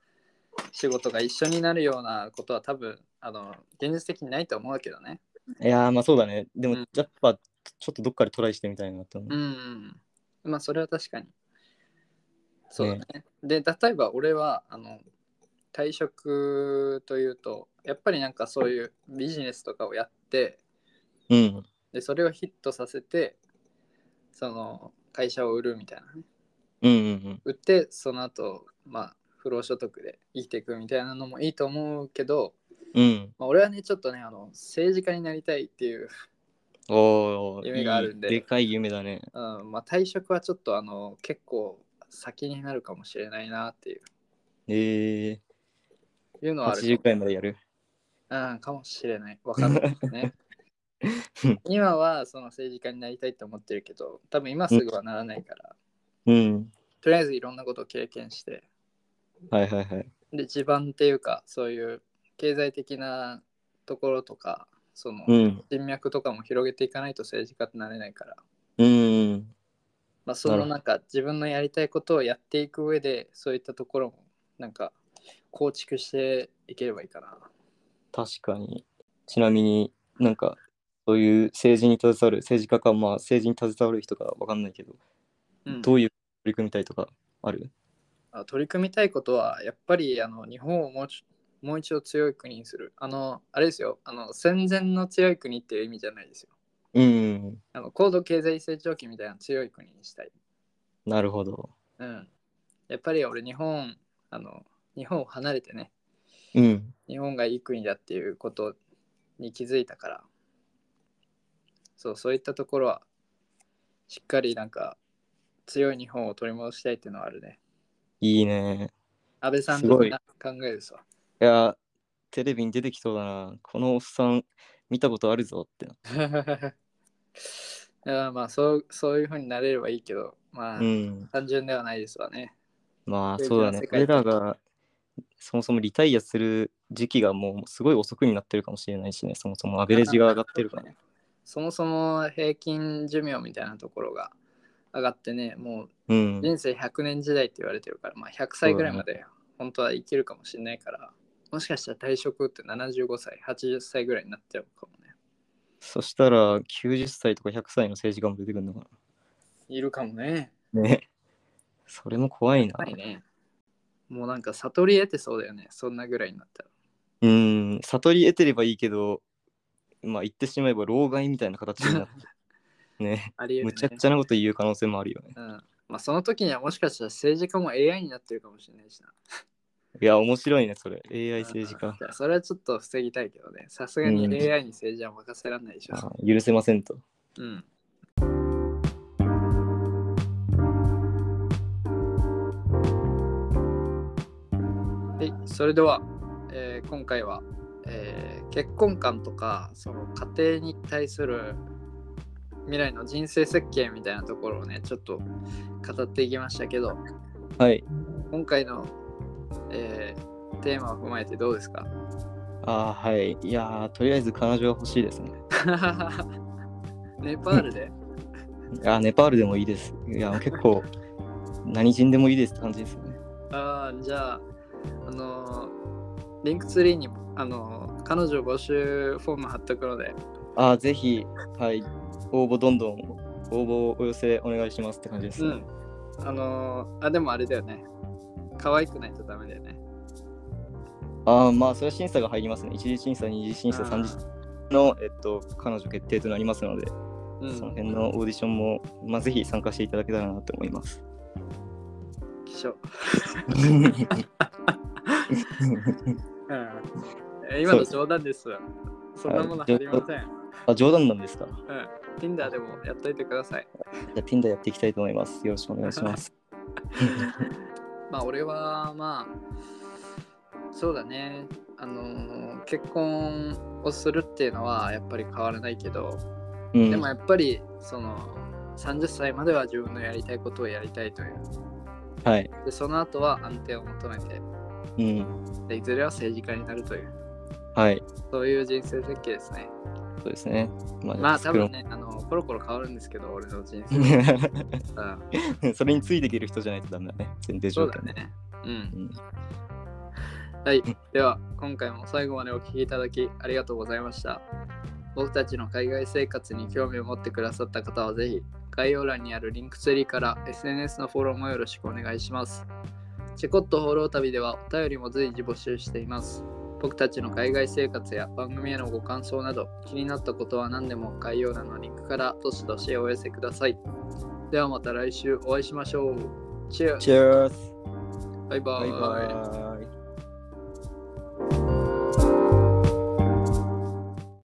[SPEAKER 2] 仕事が一緒になるようなことは多分あの現実的にないと思うけどね。
[SPEAKER 1] いやーまあそうだね。でも、
[SPEAKER 2] うん
[SPEAKER 1] やっぱちょっとどっかでトライしてみたいなと思
[SPEAKER 2] う
[SPEAKER 1] う。
[SPEAKER 2] ん。まあそれは確かに。そうだね。で例えば俺はあの退職というとやっぱりなんかそういうビジネスとかをやって
[SPEAKER 1] うん。
[SPEAKER 2] でそれをヒットさせてその会社を売るみたいなね。
[SPEAKER 1] うんうん
[SPEAKER 2] 売ってその後まあ不労所得で生きていくみたいなのもいいと思うけど、
[SPEAKER 1] うん。うん。
[SPEAKER 2] まあ、俺はねちょっとねあの政治家になりたいっていう、 (laughs)
[SPEAKER 1] おー
[SPEAKER 2] 夢があるんで
[SPEAKER 1] いいでかい夢だね。
[SPEAKER 2] うんまあ、退職はちょっとあの結構先になるかもしれないなっていう
[SPEAKER 1] え
[SPEAKER 2] いうの
[SPEAKER 1] ー、
[SPEAKER 2] はある
[SPEAKER 1] 80回までやる。
[SPEAKER 2] うん、かもしれない。わかんないね。 (laughs) 今はその政治家になりたいと思ってるけど、多分今すぐはならないから、
[SPEAKER 1] うん。
[SPEAKER 2] とりあえずいろんなことを経験して、
[SPEAKER 1] はいはいはい。
[SPEAKER 2] で、地盤っていうか、そういう経済的なところとか、その
[SPEAKER 1] うん。
[SPEAKER 2] 人脈とかも広げていかないと政治家ってなれないから、
[SPEAKER 1] うん。
[SPEAKER 2] まあ、そのなんか自分のやりたいことをやっていく上で、そういったところもなんか構築していければいいかな。
[SPEAKER 1] 確かに。ちなみになんか、そういう政治に携わる、政治家か、まあ政治に携わる人かわかんないけど、
[SPEAKER 2] うん
[SPEAKER 1] どういう取り組みたいとかある
[SPEAKER 2] あ取り組みたいことはやっぱりあの日本をもうちょもう一度強い国にするあのあれですよあの戦前の強い国っていう意味じゃないですよ
[SPEAKER 1] うん。
[SPEAKER 2] あの高度経済成長期みたいな強い国にしたい、
[SPEAKER 1] なるほど。
[SPEAKER 2] うん、やっぱり俺日本あの日本を離れてね
[SPEAKER 1] うん。
[SPEAKER 2] 日本がいい国だっていうことに気づいたからそうそういったところはしっかりなんか強い日本を取り戻したいっていうのはあるね
[SPEAKER 1] いいね。
[SPEAKER 2] 安倍さん
[SPEAKER 1] す
[SPEAKER 2] と
[SPEAKER 1] ご
[SPEAKER 2] み
[SPEAKER 1] い
[SPEAKER 2] んな考えるさ
[SPEAKER 1] いや、テレビに出てきそうだな。このおっさん、見たことあるぞってな。
[SPEAKER 2] (laughs) いやまあそうそういうふうになれればいいけどまあ、
[SPEAKER 1] うん。
[SPEAKER 2] 単純ではないですわね
[SPEAKER 1] まあ、
[SPEAKER 2] 政治
[SPEAKER 1] そう
[SPEAKER 2] の
[SPEAKER 1] だね
[SPEAKER 2] 世。界
[SPEAKER 1] 俺らが、そもそもリタイアする時期がもうすごい遅くになってるかもしれないしね。そもそもアベレージが上がってるからね。
[SPEAKER 2] そもそも平均寿命みたいなところが上がってねも
[SPEAKER 1] うん
[SPEAKER 2] う。人生100年時代って言われてるから、まあ、100歳ぐらいまで本当は生きるかもしれないから、もしかしたら退職って75歳80歳ぐらいになっちゃうかもね
[SPEAKER 1] そしたら、90歳とか100歳の政治家も出てくるのか
[SPEAKER 2] いるかもね
[SPEAKER 1] な。ね。それも怖いな。
[SPEAKER 2] はいねもうなんか悟り得てそうだよねそんなぐらいになったら
[SPEAKER 1] うん。悟り得てればいいけど、まあ、言ってしまえば、老害みたいな形になって。ね。
[SPEAKER 2] ありえる、ね、
[SPEAKER 1] むちゃくちゃなこと言う可能性もあるよね。
[SPEAKER 2] うんまあその時にはもしかしたら政治家も AI になってるかもしれないしな。
[SPEAKER 1] いや、面白いね、それ。AI 政治家。
[SPEAKER 2] うんそれはちょっと防ぎたいけどね。さすがに
[SPEAKER 1] うん
[SPEAKER 2] AI に政治は任せられないでしょ。
[SPEAKER 1] あ許せませんと。
[SPEAKER 2] うん。はい、それでは、えー今回は、えー結婚観とかその家庭に対する未来の人生設計みたいなところをねちょっと語っていきましたけど
[SPEAKER 1] はい。
[SPEAKER 2] 今回の、えーテーマを踏まえてどうですか (laughs)
[SPEAKER 1] あーはい。いやー、とりあえず彼女は欲しいですね。
[SPEAKER 2] ネパールで
[SPEAKER 1] いやー、ネパールでもいいです。いやー、結構、 (laughs) 何人でもいいですって感じですね。
[SPEAKER 2] ああじゃああのーリンクツリーにあのー彼女募集フォーム貼っとくので
[SPEAKER 1] あーぜひ、はい。応募どんどん、応募をお寄せお願いしますって感じです
[SPEAKER 2] う
[SPEAKER 1] ね。
[SPEAKER 2] んあのーあでもあれだよね可愛くないとダメだよね
[SPEAKER 1] あーまあ、それは審査が入りますね。一次審査、二次審査、
[SPEAKER 2] あー
[SPEAKER 1] 三次の、えっと、彼女決定となりますので、
[SPEAKER 2] う
[SPEAKER 1] その
[SPEAKER 2] ん
[SPEAKER 1] 辺のオーディションも、まあ、ぜひ参加していただけたらなと思います。
[SPEAKER 2] 気
[SPEAKER 1] (laughs)
[SPEAKER 2] 象うんえー今の冗談ですそんなもの貼りません、
[SPEAKER 1] あ、冗談なんですか
[SPEAKER 2] うん、Tinder でもやっといてください
[SPEAKER 1] じゃあ、Tinder やっていきたいと思います。よろしくお願いします。
[SPEAKER 2] まあ俺はまあそうだねあのー結婚をするっていうのはやっぱり変わらないけど
[SPEAKER 1] うん、
[SPEAKER 2] でもやっぱりその30歳までは自分のやりたいことをやりたいという
[SPEAKER 1] はい。
[SPEAKER 2] でその後は安定を求めて
[SPEAKER 1] うん。
[SPEAKER 2] でいずれは政治家になるという
[SPEAKER 1] はい。
[SPEAKER 2] そういう人生設計ですね
[SPEAKER 1] そうですね。ま (laughs)
[SPEAKER 2] まあ
[SPEAKER 1] じゃ
[SPEAKER 2] 多
[SPEAKER 1] 作ろう
[SPEAKER 2] 分ねあのこコロコロ変わるんですけど、俺の人生。
[SPEAKER 1] (laughs)
[SPEAKER 2] うん、
[SPEAKER 1] それについていける人じゃないとダメだね。前提
[SPEAKER 2] そ
[SPEAKER 1] 条
[SPEAKER 2] うだ
[SPEAKER 1] 件ね。
[SPEAKER 2] ね。うん
[SPEAKER 1] うん
[SPEAKER 2] はい、では今回も最後までお聞きいただきありがとうございました。僕たちの海外生活に興味を持ってくださった方はぜひ概要欄にあるリンクツリーから SNS のフォローもよろしくお願いします。チェコット放浪旅ではお便りも随時募集しています。僕たちの海外生活や番組へのご感想など気になったことは何でも概要欄のリンクからどしどしお寄せください。ではまた来週お会いしましょう。チェア
[SPEAKER 1] Cheers!
[SPEAKER 2] バイバ
[SPEAKER 1] バイ
[SPEAKER 2] イ。
[SPEAKER 1] バイ。